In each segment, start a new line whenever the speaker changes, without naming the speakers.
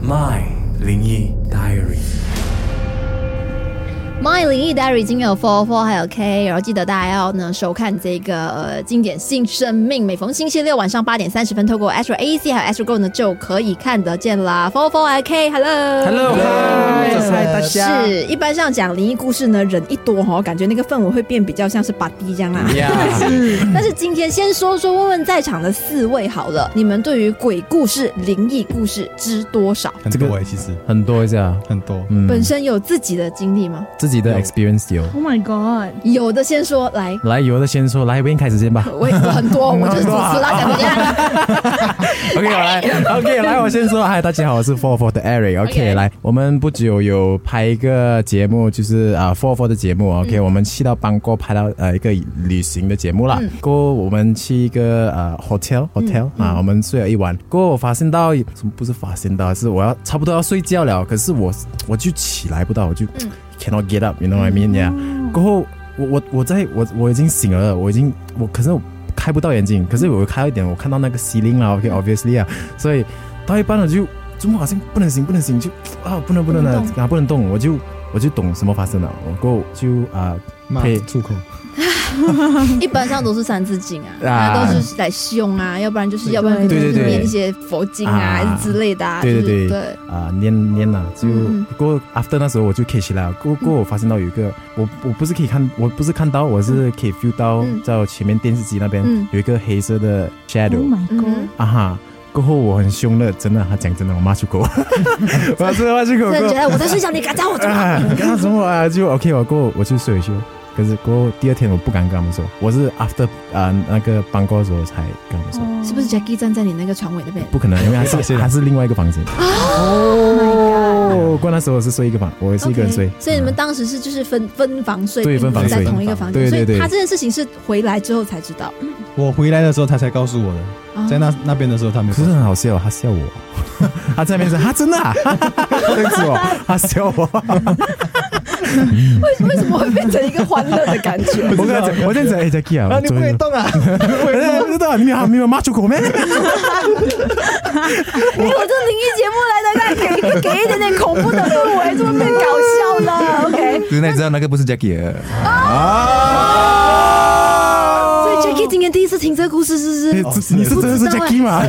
My 灵异 Diary。
《My 灵异 Diary》今天有 Four Four 还有 K，然后记得大家要呢收看这个呃经典性生命，每逢星期六晚上八点三十分，透过 Astro AC 还有 Astro Go 呢就可以看得见啦。Four Four 还有 K，Hello，Hello，
嗨嗨大家
是一般上讲灵异故事呢，人一多哈、哦，感觉那个氛围会变比较像是 party 这样啦。
嗯
但是今天先说说问问在场的四位好了，你们对于鬼故事、灵异故事知多少？
很多哎，其实
很多这样，
很多。
嗯，
本身有自己的经历吗？
自己的 experience 有。
Oh my god！
有的先说来。
来，有的先说，来，我先开始先吧。
我我很 多，我就是主持
啊
啦，讲怎样？
OK，我来，OK，来，我先说，嗨，大家好，我是 Four Four 的 Eric。OK，来，我们不久有拍一个节目，就是啊 Four Four 的节目。OK，我们去到邦哥拍到呃一个旅行的节目啦。过后我们去一个呃 hotel hotel 啊，我们睡了一晚。过后我发现到不是发现到，是我要差不多要睡觉了，可是我我就起来不到，我就 cannot get up，you know what I mean yeah？过后我我我在我我已经醒了，我已经我可是我开不到眼睛，可是我开一点，我看到那个 ceiling 啊，OK，obviously、啊，所以到一半了就怎么好像不能醒不能醒就啊不能不能了啊不能动，我就我就懂什么发生了，我过后就啊
骂
呸
出口，
一般上都是三字经啊，
啊
大家都是来凶啊，要不然就是要不然就
对
是
对对
念一些佛经啊
啊
还是之类的啊，
对
就
对
是
对
对，
啊念念了，就
嗯
过后 after 那时候我就 catch 了，过过后我发现到有一个我我不是可以看我不是看到我是可以 feel 到
嗯
在我前面电视机那边
嗯
有一个黑色的 shadow
Oh。my
嗯
god！，
啊哈，过后我很凶的，真的，他讲真的，我骂出狗，我真的骂出狗
真的觉得
过
我 在睡觉，你敢叫我
后，
怎么？
啊，你跟他说我啊，就 OK，我过后我去睡回去。可是过后第二天我不敢跟他们说，我是 after 啊、那个搬过的时候才跟他们说，
是不是 Jackie 站在你那个床尾那边？
不可能，因为他 是他是另外一个 房间。哦，过后那时候我是睡一个房，我是一个人睡
OK，所以你们当时是就是分分房睡，
对分房
并不是在
睡
同一个房间，
对对
所以
对
他这件事情是回来之后才知 道，
我回来的时候他才告诉我的，
啊
在那那边的时候他没
可
有
是
告诉我。
很好笑，他笑我， 他在那边说他真的、啊， 对不起我，他 笑我，
为什么会变成一个欢乐的感 觉？
我跟他讲，我这样子，哎 j a c k i 啊，
啊，你不
昨
可以
天
动 啊！
哎，不知道你没有没有骂出口 咩？
因为我哎这灵异节目来的，给给一点点恐怖的氛围，怎么变搞笑了？OK，
原来知道那个不是 Jackie 的
所以
哦
Jackie 今天第一次听这个故事，是不是？
你哦是真的是 Jackie 吗？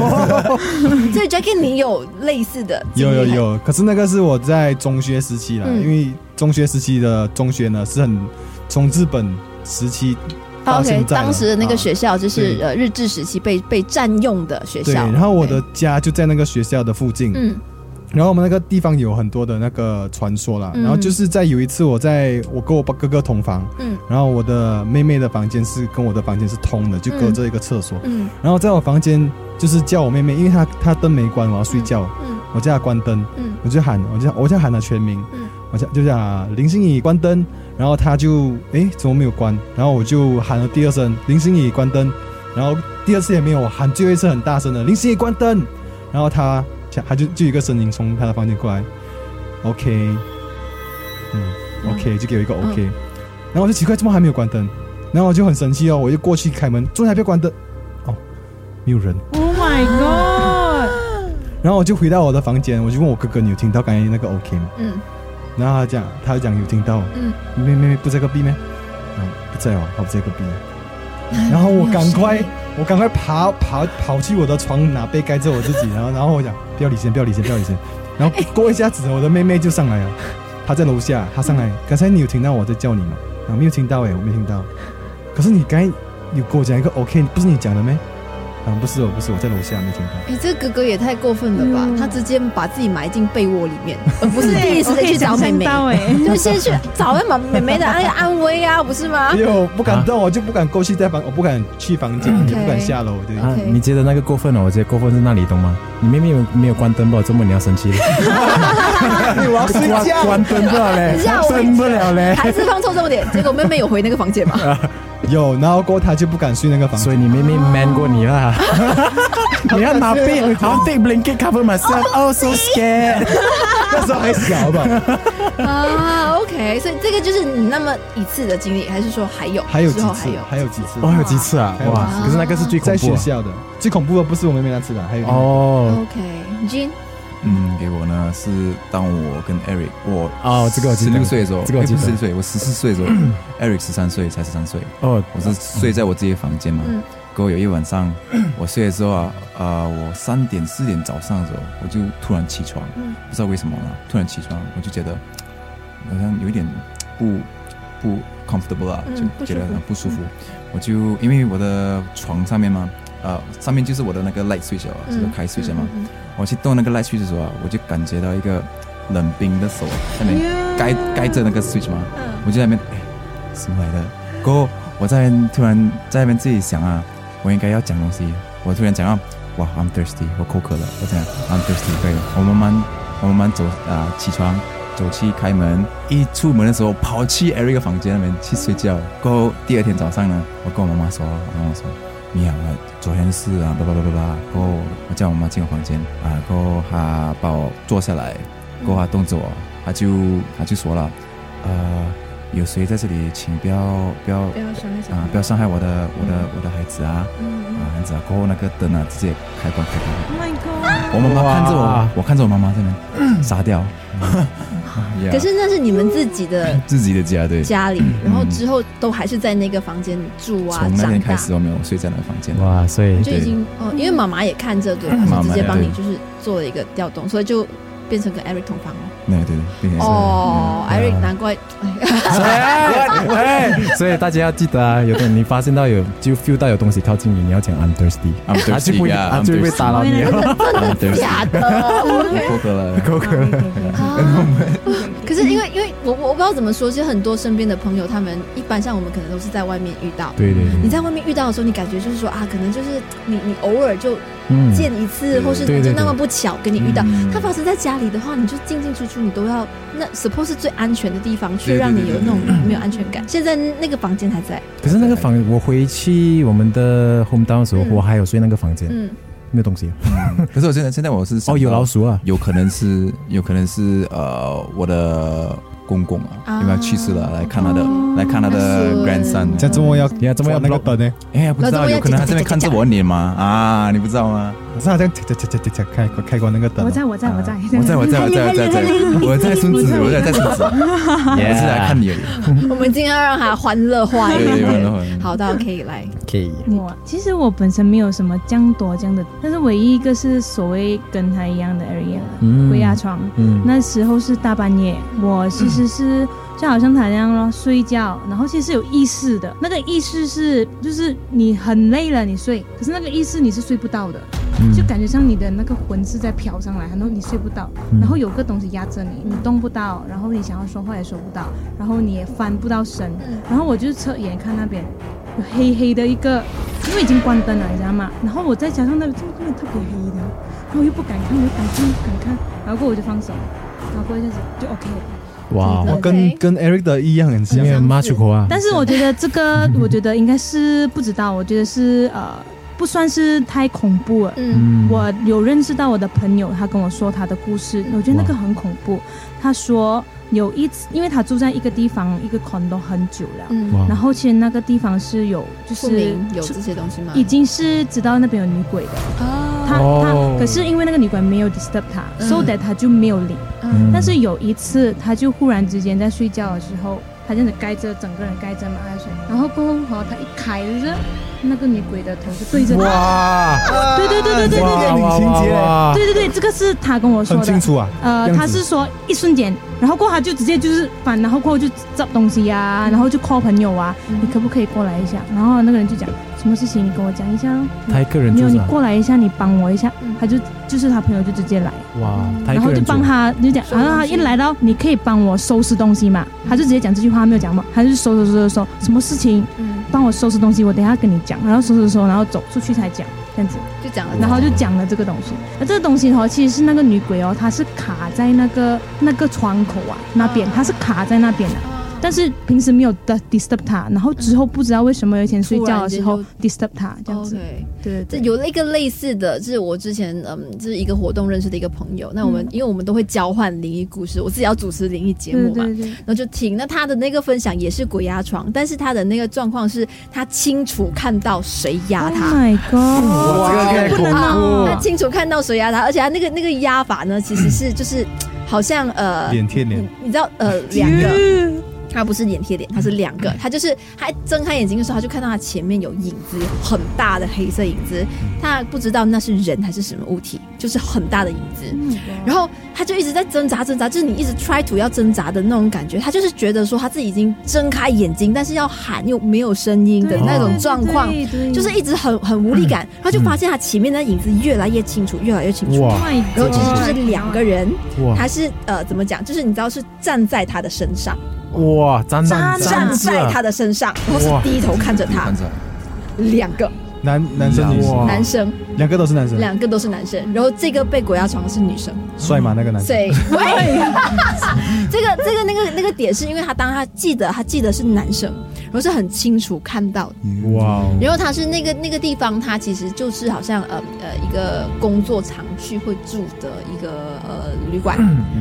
所以 Jackie，你有类似的经哦
有
历
嗯有
吗，
有，可是那个是我在中学时期啦，
嗯
因为中学时期的中学呢是很从日本时期
好
到现
OK，
在了
当时的那个
啊
学校就是
对
呃日治时期被被占用的学
对，
校。
然后我的家就在那个学校的附近，
嗯
然后我们那个地方有很多的那个传说啦，
嗯
然后就是在有一次我在我跟我哥哥同房，
嗯
然后我的妹妹的房间是跟我的房间是通的，就隔着一个厕所，
嗯
然后在我房间就是叫我妹妹，因为她她灯没关，我要睡觉，
嗯
我叫她关灯，
嗯
我就喊我就我就喊她全名，
嗯
我叫就叫她林心怡关灯，然后她就诶怎么没有关，然后我就喊了第二声林心怡关灯，然后第二次也没有，我喊最后一次很大声的林心怡关灯，然后她她就就有一个声音从她的房间过来，OK，嗯，OK 就给我一个 OK，、然后我就奇怪怎么还没有关灯，然后我就很生气哦，我就过去开门，坐下不要关灯，哦，没有人。
Oh my god！
然后我就回到我的房间，我就问我哥哥：“你有听到刚才那个 OK 吗
嗯？”
然后他讲，他讲有听到。
嗯
妹妹妹不在隔壁咩？嗯，不在哦，我不在隔壁。
嗯
然后我赶快，我赶快爬爬跑去我的床拿被盖着我自己，然后然后我讲不要理先，不要理先，不要理先。 然后过一下子，我的妹妹就上来了，她在楼下，她上来，
嗯
刚才你有听到我在叫你吗？啊，没有听到哎，我没听到。可是你刚才有跟我讲一个 OK，不是你讲的咩？啊，不是哦，不是，我在楼下没听到。
哎，这个哥哥也太过分了吧！
嗯
他直接把自己埋进被窝里 面，而不是第一时间去找妹妹，
哎，
就先去找一把妹妹的那个安危啊，不是吗
因？为我哎不敢动，我就不敢过去在房，我不敢去房间，
嗯
也不敢下楼，对。
啊， 你觉得那个过分了？我觉得过分是那里懂吗？你妹妹有没有关灯吧？周末你要生气了，
我要睡
关
觉，
关灯不了嘞
你吓，我一跳
灯不了嘞。
还是放错重点，结果妹妹有回那个房间吗？
有，然后过后他就不敢睡那个房
所
间，
以你妹妹 man 过你 啦，你要拿被，然后 take blanket cover myself. Oh so scared.
那时候还小吧。
啊，OK，所以这个就是你那么一次的经历，还是说还有？
还有
之
几
后还
次
有，
还有几次，
哇，有几次啊？
还有
哇，可是那个是最恐
在
怖
学
啊。
校的最恐怖的不是我妹妹那次啦，还有
哦，
OK，Jean，
嗯，给我呢是当我跟 Eric 我
哦这个我记
十
得
六岁的时候，
这个我
诶
记
不
得
是十六岁，我十 四岁的时候，Eric 十三岁才十三岁，
哦，
我是睡在我自己的房间嘛。
嗯
过后有一晚 上，我睡的时候啊，啊，我三点四点早上的时候，我就突然起床，
嗯
不知道为什么啦，突然起床，我就觉得好像有一点不不 comfortable 啊，
嗯
就觉得很
不
不
舒
舒
服
服。
嗯
我就因为我的床上面嘛，呃，上面就是我的那个 light switch 啊，
嗯
就是开 switch 嘛。
嗯嗯
我去动那个 light switch 的时候啊，我就感觉到一个冷冰的手在那边盖盖着那个 switch 嘛，
嗯
我就在那边哎，什么来的？过后我在突然在那边自己想啊，我应该要讲东西，我突然讲到，啊哇，I'm thirsty，我口渴了，我讲 I'm thirsty，对，我慢慢我慢慢走啊、起床。走去开门，一出门的时候跑去 Eric 的房间那边去睡觉。过后第二天早上呢，我跟我妈妈说，我妈妈说，你啊，昨天是啊，叭叭叭叭叭。过后我叫我妈进我房间啊，过后她把我坐下来，过后她动着我，她就她就说了，呃，有谁在这里，请不要不要
不要伤害小
啊，
朋
不
友
要伤害我的我的我的孩子啊
嗯
啊，孩子啊。过后那个灯啊，直接开关开关。
Oh my god！
我妈妈
哇
看着我，我看着我妈妈在 那傻掉。
可是那是你们自己的
自己的家对，
家里，然后之后都还是在那个房间住啊，
嗯从那
长
天
大
开始我没有睡在那个房间。
哇，所以
就已经哦，因为妈妈也看这对吧，
妈
就
嗯妈
直接帮你
对
就是做了一个调动，所以就变成跟 Eric 同房了。
对对对，并且是
哦，Eric 难怪，
哎喂，所以大家要记得啊，有的你发现到有就 feel 到有东西靠近你，你要讲 I'm thirsty，
I'm
他就不
thirsty，yeah，
他就不会
I'm
打扰你。
I'm
真的
thirsty，
假 的？
过客了。
够可能
啊！ 可是因为因为我我我不知道怎么说，其实很多身边的朋友，他们一般像我们可能都是在外面遇到。
对对
你
对，
在外面遇到的时候，你感觉就是说啊，可能就是你你偶尔就
嗯
见一次，
嗯
或是
对对
就
对
那么不巧跟你遇到。
嗯
它发生在家里的话，你就进进出出，你都要那 suppose 是最安全的地方，去
对对
让你
对
有
对
那种没有安全感。现在那个房间还在，
可是那个房，我回去我们的 home down 的时候，
嗯
我还有睡那个房间，
嗯，
没有东西。啊
可是我现在现在我是
哦，有老
鼠，
鼠啊！
有可能是有可能是呃我的公公
啊
啊，因为他去世了，来看他的
哦
来看他的 grandson
这。样周末要
你看怎么样
那个
block？
灯呢？
哎呀，不知
那这
道，
么要
有可能他这边看着我的脸嘛啊，你不知道吗？
可是好像切切切切切切开开关那个灯
我
啊，
在我在我在
我在我在我在我在我在，我在孙子，我在在孙子，我是来看你的。
我们今天要让它欢乐化一
对对
点。
对，
好，大家可以来，
可以，
我其实我本身没有什么这样多这样的，但是唯一一个是所谓跟他一样的 area
嗯
鬼压床。
嗯，
那时候是大半夜，我其实是就好像他那样咯，睡觉，然后其实是有意识的，那个意识是就是你很累了你睡，可是那个意识你是睡不到的，就感觉像你的那个魂是在飘上来，然后你睡不到，然后有个东西压着你，你动不到，然后你想要说话也说不到，然后你也翻不到身，然后我就侧眼看那边有黑黑的一个，因为已经关灯了，你知道吗？然后我再加上那个这个根本特别黑的，然后我又不敢看，我又敢看，不敢看，然后过后我就放手，然后过一下子就 OK 了。
哇，
我跟
OK
跟 Eric 的一样很像
没。有骂出口啊！
但是我觉得这个，我觉得应该是不知道，我觉得是呃，不算是太恐怖了。
嗯
我有认识到我的朋友，他跟我说他的故事，我觉得那个很恐怖。他说有一次，因为他住在一个地方一个 condo 很久了，
嗯，
然后其实那个地方是有就
不
是
明有这些东西吗？
已经是知道那边有女鬼的，
啊，
他
哦
他可是因为那个女鬼没有 disturb 他
嗯
，so that 他就没有灵。
嗯
但是有一次，他就忽然之间在睡觉的时候，他真的盖着整个人盖着嘛爱睡，然后过后哈，他一开着那个女鬼的头就对着他，
哇
对对对对对对
哇
对
哇
情节
哇！
对对对，这个是他跟我说
很
的
清。楚啊，
呃，
样子
他是说一瞬间，然后过后他就直接就是反，然后过后就找东西呀、然后就 call 朋友啊，你可不可以过来一下？然后那个人就讲什么事情，你跟我讲一下咯。
他一个人
没有，
住
你
是吧？啊
过来一下，你帮我一下
嗯。
他就就是他朋友就直接来，
哇，他一
然
个
后就
人住啊
帮。他就讲，
收东
然
西
后他一来到，你可以帮我收拾东西嘛？他就直接讲这句话，他没有讲嘛，他就收拾收拾收，什么事情
嗯，
帮我收拾东西，我等一下跟你讲。然后收拾收，然后走出去才讲这样子，
就讲了，
然后就讲了这个东西。那这个东西哦，其实是那个女鬼哦，她是卡在那个那个窗口啊那边，她是卡在那边的、
啊
但是平时没有的 disturb 他，然后之后不知道为什么有一天睡觉的时候
突
disturb 他这样子，
哦 OK，
对
这
对对，
有了一个类似的，是我之前嗯，就是一个活动认识的一个朋友。那我
嗯
们、因为我们都会交换灵异故事，我自己要主持灵异节目嘛，
对对对，
然后就听。那他的那个分享也是鬼压床，但是他的那个状况是他清楚看到谁压
Oh
他。啊
my god！
哇，这个太恐怖
他清楚看到谁压他，而且他那个那个压法呢，其实是就是好像呃，
脸贴脸
你，你知道呃 两个，他不是脸贴脸，他是两
嗯
个，他就是他睁开眼睛的时候，他就看到他前面有影子，很大的黑色影子，
嗯
他不知道那是人还是什么物体，就是很大的影子。然后他就一直在挣扎挣扎，就是你一直 try to 要挣扎的那种感觉。他就是觉得说他自己已经睁开眼睛，但是要喊又没有声音的
对
那种状况，，
对对嗯对对
就是一直很很无力感，然后就发现他前面的影子越来越清楚，越来越清楚。
哇
Oh my god
然后其实就是两个人，
哇
他是呃怎么讲，就是你知道是站在他的身上，
哇，站
站
站
着
在他的身上，然后是
哇
低头看着他
看，着
两个
男男生女生
哇
男生，
两个都是男生，
两个都是男生，然后这个被鬼压床的是女生，
帅嘛那个男
所
生，
以喂， 这个这个那个那个点是因为他当他记得他记得是男生，然后是很清楚看到的
哇哦，
然后它是那个那个地方，它其实就是好像呃呃一个工作常去会住的一个呃旅馆，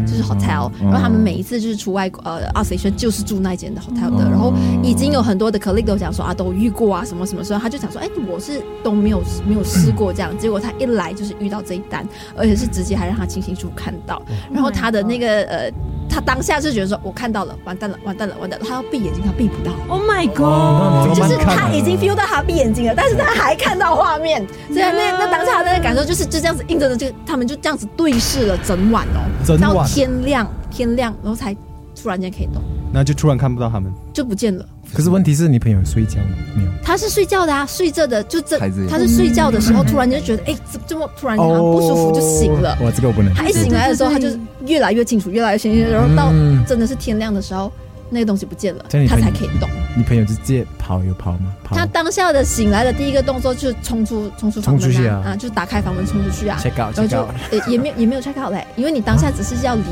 就是 hotel、然后他们每一次就是出外呃 o u t s t a t i o n 就是住那间的 hotel 的。然后已经有很多的 colleague 都讲说啊都遇过啊什么什么时候，他就讲说哎我是都没有没有试过这样。结果他一来就是遇到这一单，而且是直接还让他清清楚楚看到。然后他的那个呃他当下是觉得说我看到了，完蛋了，完蛋了，完蛋了，他要闭眼睛，他闭不到。
，Oh my god！
那你
就
慢
是
慢看
他已经 feel 到他闭眼睛了，但是他还看到画面，所以那
Yeah
那当下他的那个感受就是就这样子硬着的，就他们就这样子对视了整晚哦，
整晚
到天亮天亮，然后才突然间可以动，
那就突然看不到他们，
就不见了。
可是问题是你朋友睡觉吗？没有。
他是睡觉的啊，睡着的就这
孩子，也
他是睡觉的时候突然间就觉得哎，怎这么突然间好像不舒服就醒了。
哇，这个我不能。
他一醒来的时候，他
对
就
对对
是越来越清楚，越来越清楚，然后到
嗯
真的是天亮的时候，那个东西不见了
这样，你
他
朋
才
友
可以动。
你朋友直接跑有跑吗？跑
他当下的醒来的第一个动作就是冲出冲出房
冲出去
门
啊
啊，就打开房门冲出去啊，
check out
然后
check
就
out，
呃也没有也没有 check out 嘞，因为你当下只是要离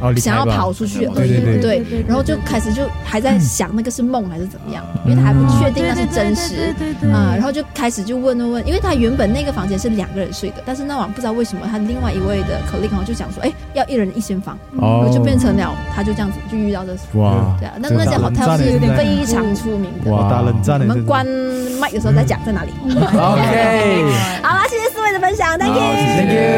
哦，啊离开
想要
吧
跑出去而
对
已
对对，
对，然后就开始就还在想那个是梦还是怎么样，因为他还不确定那是真实
嗯
对。对对
啊、然
后
后就开始就问问问，因为他原本那个房间是两个人睡的，但是那晚不知道为什么他另外一位的 colleague 哦就讲说，哎，要一人一间房，然
哦
后就变成了他就这样子就遇到这事，
哇
对，啊，那
这个
那家
打冷
hotel
战
是
欸现在
非常出名的，
哇
我打冷战
我
了，
们
真的
关麦的时候再讲在哪里。
OK，
好啦，谢谢四位的分享，Thank
好
you。
谢谢
Thank you